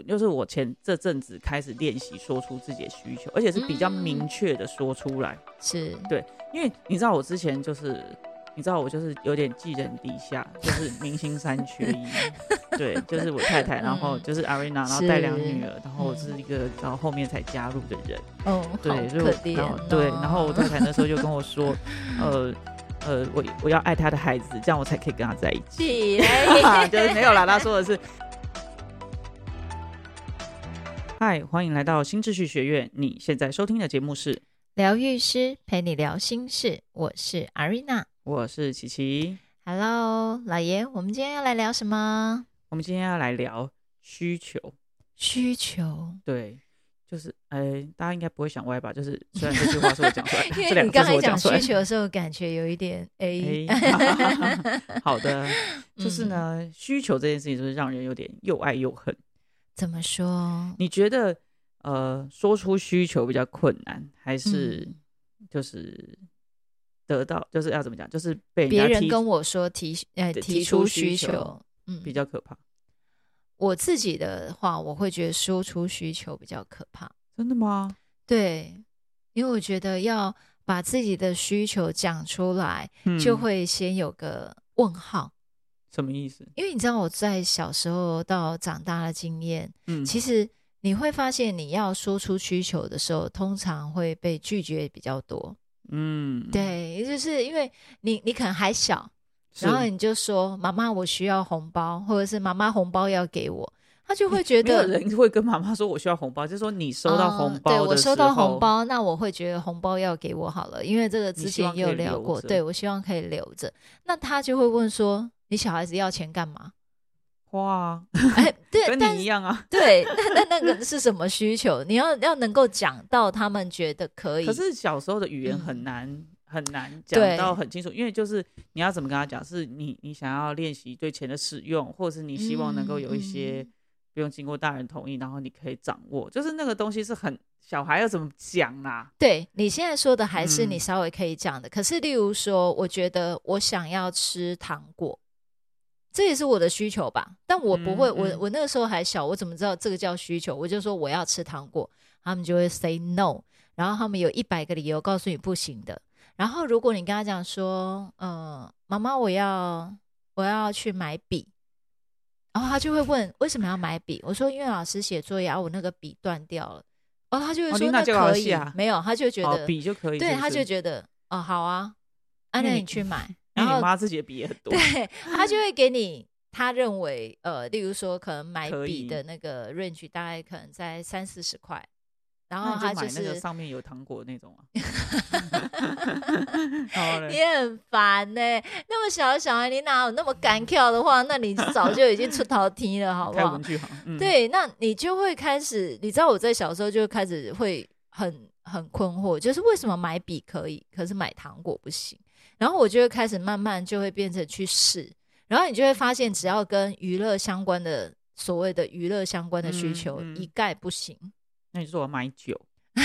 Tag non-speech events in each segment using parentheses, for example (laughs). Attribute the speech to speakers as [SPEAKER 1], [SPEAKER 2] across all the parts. [SPEAKER 1] 就是我前这阵子开始练习说出自己的需求，而且是比较
[SPEAKER 2] 嗯
[SPEAKER 1] 明确的说出来。
[SPEAKER 2] 是
[SPEAKER 1] 因为你知道我之前就是，你知道我就是有点寄人篱下，就是 (laughs) 明星三缺一，
[SPEAKER 2] (laughs)
[SPEAKER 1] 对，就是我太太，然
[SPEAKER 2] 嗯
[SPEAKER 1] 后就是 Arena，然后带两个女儿，然后我是一个，然后后面才加入的人，
[SPEAKER 2] 哦，
[SPEAKER 1] 对，
[SPEAKER 2] 嗯好
[SPEAKER 1] 所以
[SPEAKER 2] 可
[SPEAKER 1] 我然
[SPEAKER 2] 怜
[SPEAKER 1] 后
[SPEAKER 2] 哦
[SPEAKER 1] 对，然后我太太那时候就跟我说，呃呃，我我要爱她的孩子，这样我才可以跟她在一起。
[SPEAKER 2] (laughs) 起
[SPEAKER 1] (laughs) 就是没有啦，他说的是。嗨，欢迎来到新秩序学院。你现在收听的节目是，
[SPEAKER 2] 疗愈师陪你聊心事，我是 Arina。
[SPEAKER 1] 我是琪琪。
[SPEAKER 2] Hello，老爷，我们今天要来聊什么？
[SPEAKER 1] 我们今天要来聊需求，
[SPEAKER 2] 需求。
[SPEAKER 1] 对，就是哎，大家应该不会想歪吧？就是虽然这句话是我讲 (laughs) 出来的，
[SPEAKER 2] 因
[SPEAKER 1] 这
[SPEAKER 2] 为
[SPEAKER 1] 两
[SPEAKER 2] 你
[SPEAKER 1] 个
[SPEAKER 2] 刚
[SPEAKER 1] 字是
[SPEAKER 2] 才
[SPEAKER 1] 我讲
[SPEAKER 2] 讲
[SPEAKER 1] 出来
[SPEAKER 2] 需
[SPEAKER 1] 的。
[SPEAKER 2] 求的时候，感觉有一点诶，
[SPEAKER 1] 哎， (laughs) 好的，就是
[SPEAKER 2] 嗯
[SPEAKER 1] 呢，需求这件事情就是让人有点又爱又恨。
[SPEAKER 2] 怎么说？
[SPEAKER 1] 你觉得呃，说出需求比较困难，还是
[SPEAKER 2] 嗯
[SPEAKER 1] 就是得到，就是要怎么讲，就是被
[SPEAKER 2] 别
[SPEAKER 1] 人家
[SPEAKER 2] 人
[SPEAKER 1] 踢
[SPEAKER 2] 跟我说提呃
[SPEAKER 1] 对
[SPEAKER 2] 提
[SPEAKER 1] 提出
[SPEAKER 2] 需
[SPEAKER 1] 需求
[SPEAKER 2] 求，嗯，
[SPEAKER 1] 比较可怕？
[SPEAKER 2] 我自己的话，我会觉得说出需求比较可怕。
[SPEAKER 1] 真的吗？
[SPEAKER 2] 对，因为我觉得要把自己的需求讲出来，
[SPEAKER 1] 嗯
[SPEAKER 2] 就会先有个问号。
[SPEAKER 1] 什么意思？
[SPEAKER 2] 因为你知道我在小时候到长大的经验，
[SPEAKER 1] 嗯，
[SPEAKER 2] 其实你会发现，你要说出需求的时候，通常会被拒绝比较多。
[SPEAKER 1] 嗯，
[SPEAKER 2] 对，就是因为你你可能还小，
[SPEAKER 1] 是，
[SPEAKER 2] 然后你就说妈妈我需要红包，或者是妈妈红包要给我，他就会觉
[SPEAKER 1] 嗯没有
[SPEAKER 2] 得
[SPEAKER 1] 人会跟妈妈说我需要红包，就是说你收到红包、
[SPEAKER 2] 嗯，对我收到红，包，那我会觉得红包要给我好了，因为这个之前也有聊过，
[SPEAKER 1] 你希望可以留着
[SPEAKER 2] 对我希望可以留着。那他就会问说：“你小孩子要钱干嘛
[SPEAKER 1] 哇，？” (laughs)
[SPEAKER 2] 哎，对，
[SPEAKER 1] 跟
[SPEAKER 2] 但
[SPEAKER 1] 你一样啊。
[SPEAKER 2] 对，那那那个是什么需求？你要要能够讲到他们觉得可以，
[SPEAKER 1] 可是小时候的语言
[SPEAKER 2] 嗯
[SPEAKER 1] 很难、很难讲
[SPEAKER 2] 对
[SPEAKER 1] 到很清楚，因为就是你要怎么跟他讲，是你你想要练习对钱的使用，或者是你希望能够有一些
[SPEAKER 2] 嗯嗯
[SPEAKER 1] 不用经过大人同意，然后你可以掌握，就是那个东西是很小孩要怎么讲啊啦、
[SPEAKER 2] 对你现在说的还是你
[SPEAKER 1] 嗯
[SPEAKER 2] 稍微可以讲的。可是，例如说，我觉得我想要吃糖果，这也是我的需求吧。但我不会，
[SPEAKER 1] 嗯
[SPEAKER 2] 我
[SPEAKER 1] 嗯
[SPEAKER 2] 我那个时候还小，我怎么知道这个叫需求？我就说我要吃糖果，他们就会 say no，然后他们有一百个理由告诉你不行的。然后，如果你跟他讲说，嗯、妈妈，我要我要去买笔。然后他就会问为什么要买笔？我说因为老师写作业啊，我那个笔断掉了。哦，他就会
[SPEAKER 1] 哦你
[SPEAKER 2] 说、那
[SPEAKER 1] 那就好
[SPEAKER 2] 可以
[SPEAKER 1] 戏啊，
[SPEAKER 2] 没有，他就觉
[SPEAKER 1] 好
[SPEAKER 2] 得
[SPEAKER 1] 笔就可以
[SPEAKER 2] 对，
[SPEAKER 1] 是不
[SPEAKER 2] 他就是觉得哦，好啊，啊，
[SPEAKER 1] 因为
[SPEAKER 2] 那
[SPEAKER 1] 你
[SPEAKER 2] 你去买，
[SPEAKER 1] 因
[SPEAKER 2] 然
[SPEAKER 1] 为你
[SPEAKER 2] 后
[SPEAKER 1] 妈自己的笔也很多，
[SPEAKER 2] 对，他就会给你他认为呃，例如说可能买
[SPEAKER 1] 可
[SPEAKER 2] 笔
[SPEAKER 1] 以
[SPEAKER 2] 的那个 range 大概可能在三四十块，然
[SPEAKER 1] 那
[SPEAKER 2] 后
[SPEAKER 1] 你
[SPEAKER 2] 他
[SPEAKER 1] 买那
[SPEAKER 2] 是
[SPEAKER 1] 个上面有糖果那
[SPEAKER 2] (laughs)
[SPEAKER 1] 种啊。好嘞，
[SPEAKER 2] 也很烦呢、那么小的小孩，你哪有那么敢跳的话，那你早就已经出 (laughs) 头天了，好不
[SPEAKER 1] 开
[SPEAKER 2] 好
[SPEAKER 1] 文？具行，嗯，
[SPEAKER 2] 对，那你就会开始，你知道我在小时候就开始会很很困惑，就是为什么买笔可以，可是买糖果不行。然后我就会开始慢慢就会变成去试，然后你就会发现，只要跟娱乐相关的所谓的娱乐相关的需
[SPEAKER 1] 嗯
[SPEAKER 2] 求，
[SPEAKER 1] 嗯
[SPEAKER 2] 一概
[SPEAKER 1] (laughs)
[SPEAKER 2] 不行，
[SPEAKER 1] 那你就说我买
[SPEAKER 2] (laughs)
[SPEAKER 1] 酒，
[SPEAKER 2] 不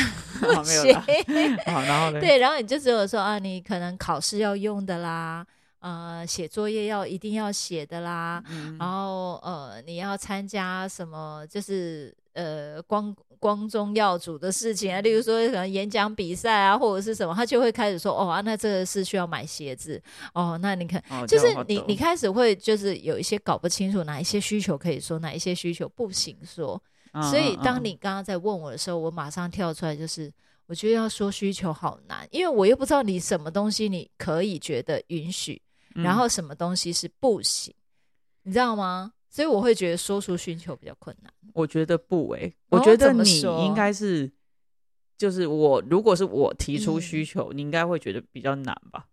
[SPEAKER 1] 啊好没有
[SPEAKER 2] 行。 (laughs)
[SPEAKER 1] 啦好，然后呢？
[SPEAKER 2] 对，然后你就只有说啊，你可能考试要用的啦，呃，写作业要一定要写的啦，
[SPEAKER 1] 嗯，
[SPEAKER 2] 然后呃，你要参加什么，就是呃光光宗耀祖的事情啊，例如说可能演讲比赛啊，或者是什么，他就会开始说哦啊，那这个是需要买鞋子哦，那你看。
[SPEAKER 1] 哦
[SPEAKER 2] 就
[SPEAKER 1] 这
[SPEAKER 2] 是
[SPEAKER 1] 样我
[SPEAKER 2] 你，
[SPEAKER 1] 懂
[SPEAKER 2] 你开始会就是有一些搞不清楚哪一些需求可以说，哪一些需求不行说。
[SPEAKER 1] 嗯
[SPEAKER 2] 所以
[SPEAKER 1] 嗯
[SPEAKER 2] 当
[SPEAKER 1] 嗯
[SPEAKER 2] 你刚刚在问我的时候，我马上跳出来，就是我觉得要说需求好难，因为我又不知道你什么东西你可以觉得允许，
[SPEAKER 1] 嗯
[SPEAKER 2] 然后什么东西是不行，你知道吗？所以我会觉得说出需求比较困难。
[SPEAKER 1] 我觉得不诶、
[SPEAKER 2] 哦
[SPEAKER 1] 我觉得
[SPEAKER 2] 怎么
[SPEAKER 1] 你
[SPEAKER 2] 说
[SPEAKER 1] 应该是，就是我如果是我提出
[SPEAKER 2] 嗯
[SPEAKER 1] 需求，你应该会觉得比较难吧，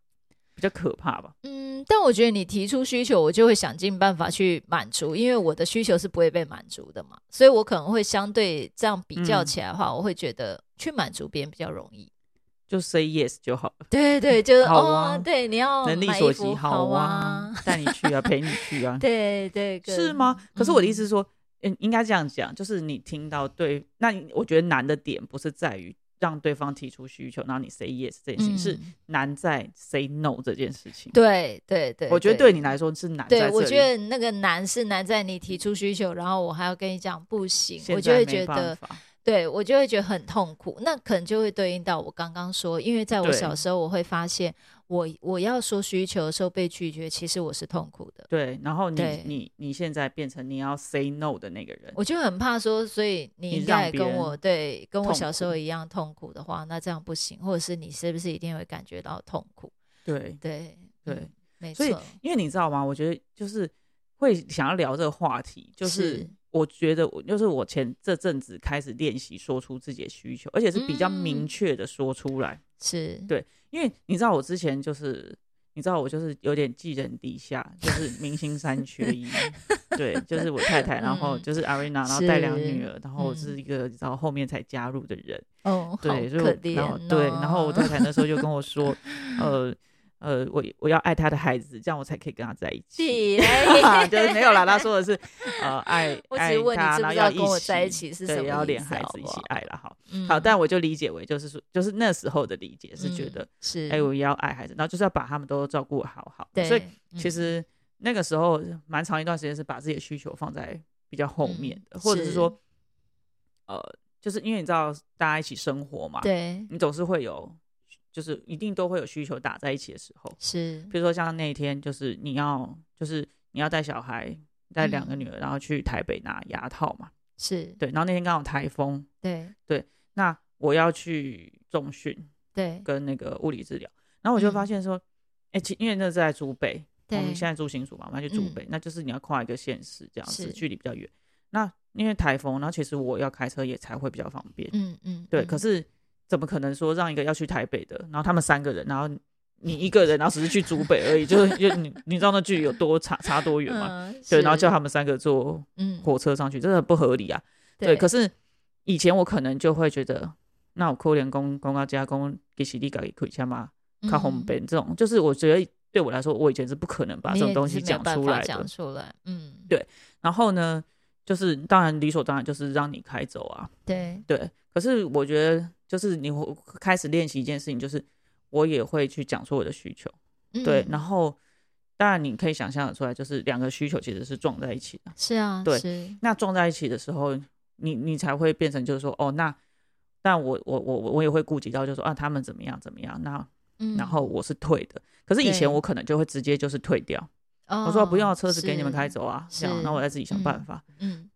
[SPEAKER 1] 比较可怕吧？
[SPEAKER 2] 嗯，但我觉得你提出需求，我就会想尽办法去满足，因为我的需求是不会被满足的嘛，所以我可能会相对这样比较
[SPEAKER 1] 嗯
[SPEAKER 2] 起来的话，我会觉得去满足别人比较容易。
[SPEAKER 1] 就 say yes 就好了，
[SPEAKER 2] 对对，就是、
[SPEAKER 1] 好啊
[SPEAKER 2] 哦，对，你要
[SPEAKER 1] 能力
[SPEAKER 2] 买
[SPEAKER 1] 所
[SPEAKER 2] 衣服
[SPEAKER 1] 及，
[SPEAKER 2] 好
[SPEAKER 1] 啊，带你去啊，陪你去啊，
[SPEAKER 2] 对 (laughs) 对，
[SPEAKER 1] 是
[SPEAKER 2] 跟
[SPEAKER 1] 吗？可是我的意思
[SPEAKER 2] 嗯
[SPEAKER 1] 是说，嗯，应该这样讲，就是你听到对，那你我觉得难的点不是在于让对方提出需求，然后你 say yes 这件事情、是
[SPEAKER 2] 嗯
[SPEAKER 1] 难在 say no 这件事情。，
[SPEAKER 2] 对对对，
[SPEAKER 1] 我觉得对你来说是难在这
[SPEAKER 2] 对，
[SPEAKER 1] 里。
[SPEAKER 2] 我觉得那个难是难在你提出需求，然后我还要跟你讲不行，
[SPEAKER 1] 现
[SPEAKER 2] 我就
[SPEAKER 1] 在
[SPEAKER 2] 会
[SPEAKER 1] 没
[SPEAKER 2] 觉
[SPEAKER 1] 办
[SPEAKER 2] 得，
[SPEAKER 1] 法
[SPEAKER 2] 对我就会觉得很痛苦。那可能就会对应到我刚刚说，因为在我
[SPEAKER 1] 对
[SPEAKER 2] 小时候，我会发现我我要说需求的时候被拒绝，其实我是痛苦的。
[SPEAKER 1] 对，然后你
[SPEAKER 2] 对
[SPEAKER 1] 你你现在变成你要 say no 的那个人，
[SPEAKER 2] 我就很怕说，所以你
[SPEAKER 1] 你
[SPEAKER 2] 应该
[SPEAKER 1] 让
[SPEAKER 2] 也
[SPEAKER 1] 别
[SPEAKER 2] 跟我
[SPEAKER 1] 人
[SPEAKER 2] 对跟我
[SPEAKER 1] 痛
[SPEAKER 2] 小时候
[SPEAKER 1] 苦
[SPEAKER 2] 一样痛苦的话，那这样不行，或者是你是不是一定会感觉到痛苦？
[SPEAKER 1] 对，
[SPEAKER 2] 对
[SPEAKER 1] 对
[SPEAKER 2] 嗯没
[SPEAKER 1] 所以
[SPEAKER 2] 错，
[SPEAKER 1] 因为你知道吗？我觉得就是会想要聊这个话题，就是
[SPEAKER 2] 是
[SPEAKER 1] 我觉得我就是我前这阵子开始练习说出自己的需求，而且是比较明
[SPEAKER 2] 嗯
[SPEAKER 1] 确的说出来。
[SPEAKER 2] 是
[SPEAKER 1] 对因为你知道我之前就是。你知道我就是有点寄人篱下，就是明星三缺
[SPEAKER 2] (laughs)
[SPEAKER 1] 一，对，就是我太太，然后
[SPEAKER 2] 嗯
[SPEAKER 1] 就是 Arena，然后带两个
[SPEAKER 2] 是嗯
[SPEAKER 1] 女儿，然后我是一个然后后面才加入的人，
[SPEAKER 2] 哦，好
[SPEAKER 1] 对，所以
[SPEAKER 2] 可
[SPEAKER 1] 我
[SPEAKER 2] 怜
[SPEAKER 1] 然后
[SPEAKER 2] 哦。 (laughs)
[SPEAKER 1] 对，然后我太太那时候就跟我说，呃呃，我我要爱他的孩子，这样我才可以跟他在一起。 (laughs) 啊
[SPEAKER 2] 起来
[SPEAKER 1] 就是没有啦，他说的是，呃，爱
[SPEAKER 2] (laughs) 我只
[SPEAKER 1] 爱
[SPEAKER 2] 是问你
[SPEAKER 1] 他，
[SPEAKER 2] 知不
[SPEAKER 1] 然后
[SPEAKER 2] 知道
[SPEAKER 1] 要
[SPEAKER 2] 跟我
[SPEAKER 1] 一
[SPEAKER 2] 在一起是什
[SPEAKER 1] 对，
[SPEAKER 2] 么
[SPEAKER 1] 要
[SPEAKER 2] 意
[SPEAKER 1] 连
[SPEAKER 2] 思
[SPEAKER 1] 孩
[SPEAKER 2] 好
[SPEAKER 1] 子一
[SPEAKER 2] 不
[SPEAKER 1] 起
[SPEAKER 2] 好
[SPEAKER 1] 爱了，好，
[SPEAKER 2] 嗯
[SPEAKER 1] 好，但我就理解为就是说，就是那时候的理解是觉
[SPEAKER 2] 嗯
[SPEAKER 1] 得，
[SPEAKER 2] 是
[SPEAKER 1] 哎，我也要爱孩子，然后就是要把他们都照顾好好的。
[SPEAKER 2] 对，
[SPEAKER 1] 所以其
[SPEAKER 2] 嗯
[SPEAKER 1] 实那个时候蛮长一段时间是把自己的需求放在比较后面的，
[SPEAKER 2] 嗯
[SPEAKER 1] 或者是
[SPEAKER 2] 是
[SPEAKER 1] 说，呃，就是因为你知道大家一起生活嘛，
[SPEAKER 2] 对
[SPEAKER 1] 你总是会有，就是一定都会有需求打在一起的时候。
[SPEAKER 2] 是
[SPEAKER 1] 比如说像那一天，就是你要，就是你要带小孩，带两
[SPEAKER 2] 嗯
[SPEAKER 1] 个女儿，然后去台北拿牙套嘛。
[SPEAKER 2] 是，
[SPEAKER 1] 对，然后那天刚好台风，
[SPEAKER 2] 对
[SPEAKER 1] 那我要去重训
[SPEAKER 2] 对
[SPEAKER 1] 跟那个物理治疗，然后我就发
[SPEAKER 2] 嗯
[SPEAKER 1] 现说，哎、其因为那是在竹北，我
[SPEAKER 2] 对，
[SPEAKER 1] 们现在住新竹嘛，我们要去竹
[SPEAKER 2] 嗯
[SPEAKER 1] 北，那就是你要跨一个县市这样子，
[SPEAKER 2] 是
[SPEAKER 1] 距离比较远。那因为台风，然后其实我要开车也才会比较方便。
[SPEAKER 2] 嗯嗯，
[SPEAKER 1] 对，
[SPEAKER 2] 嗯
[SPEAKER 1] 可是怎么可能说让一个要去台北的，然后他们三个人，然后你一个人，然后只是去竹北而已，就是就你 (laughs) 你知道那距离有多差差多远吗？
[SPEAKER 2] 嗯
[SPEAKER 1] 对，然后
[SPEAKER 2] 是
[SPEAKER 1] 叫他们三个坐
[SPEAKER 2] 嗯
[SPEAKER 1] 火车上去，真的很不合理啊。对，
[SPEAKER 2] 对，
[SPEAKER 1] 可是以前我可能就会觉得，那我扣连公公到家公给洗地搞一块钱嘛，靠红
[SPEAKER 2] 嗯
[SPEAKER 1] 本这种，就是我觉得对我来说，我以前是不可能把
[SPEAKER 2] 你
[SPEAKER 1] 这种
[SPEAKER 2] 也
[SPEAKER 1] 东
[SPEAKER 2] 是
[SPEAKER 1] 西
[SPEAKER 2] 没有
[SPEAKER 1] 讲
[SPEAKER 2] 办
[SPEAKER 1] 出
[SPEAKER 2] 法
[SPEAKER 1] 来的
[SPEAKER 2] 讲。出来，嗯，
[SPEAKER 1] 对然后呢，就是当然理所当然就是让你开走啊，
[SPEAKER 2] 对
[SPEAKER 1] 对，可是我觉得就是你会开始练习一件事情，就是我也会去讲出我的需求，对，
[SPEAKER 2] 嗯
[SPEAKER 1] 然后当然你可以想象得出来，就是两个需求其实是撞在一起的。
[SPEAKER 2] 是啊，
[SPEAKER 1] 对
[SPEAKER 2] 是
[SPEAKER 1] 那撞在一起的时候，你你才会变成就是说，哦，那但我我我我也会顾及到，就是说啊，他们怎么样怎么样，那
[SPEAKER 2] 嗯
[SPEAKER 1] 然后我是退的。可是以前
[SPEAKER 2] 对
[SPEAKER 1] 我可能就会直接就是退掉，
[SPEAKER 2] 我
[SPEAKER 1] 我说不要车子给你们开，走啊，这样，
[SPEAKER 2] 是
[SPEAKER 1] 那我再自己想办
[SPEAKER 2] 嗯
[SPEAKER 1] 法。
[SPEAKER 2] 嗯，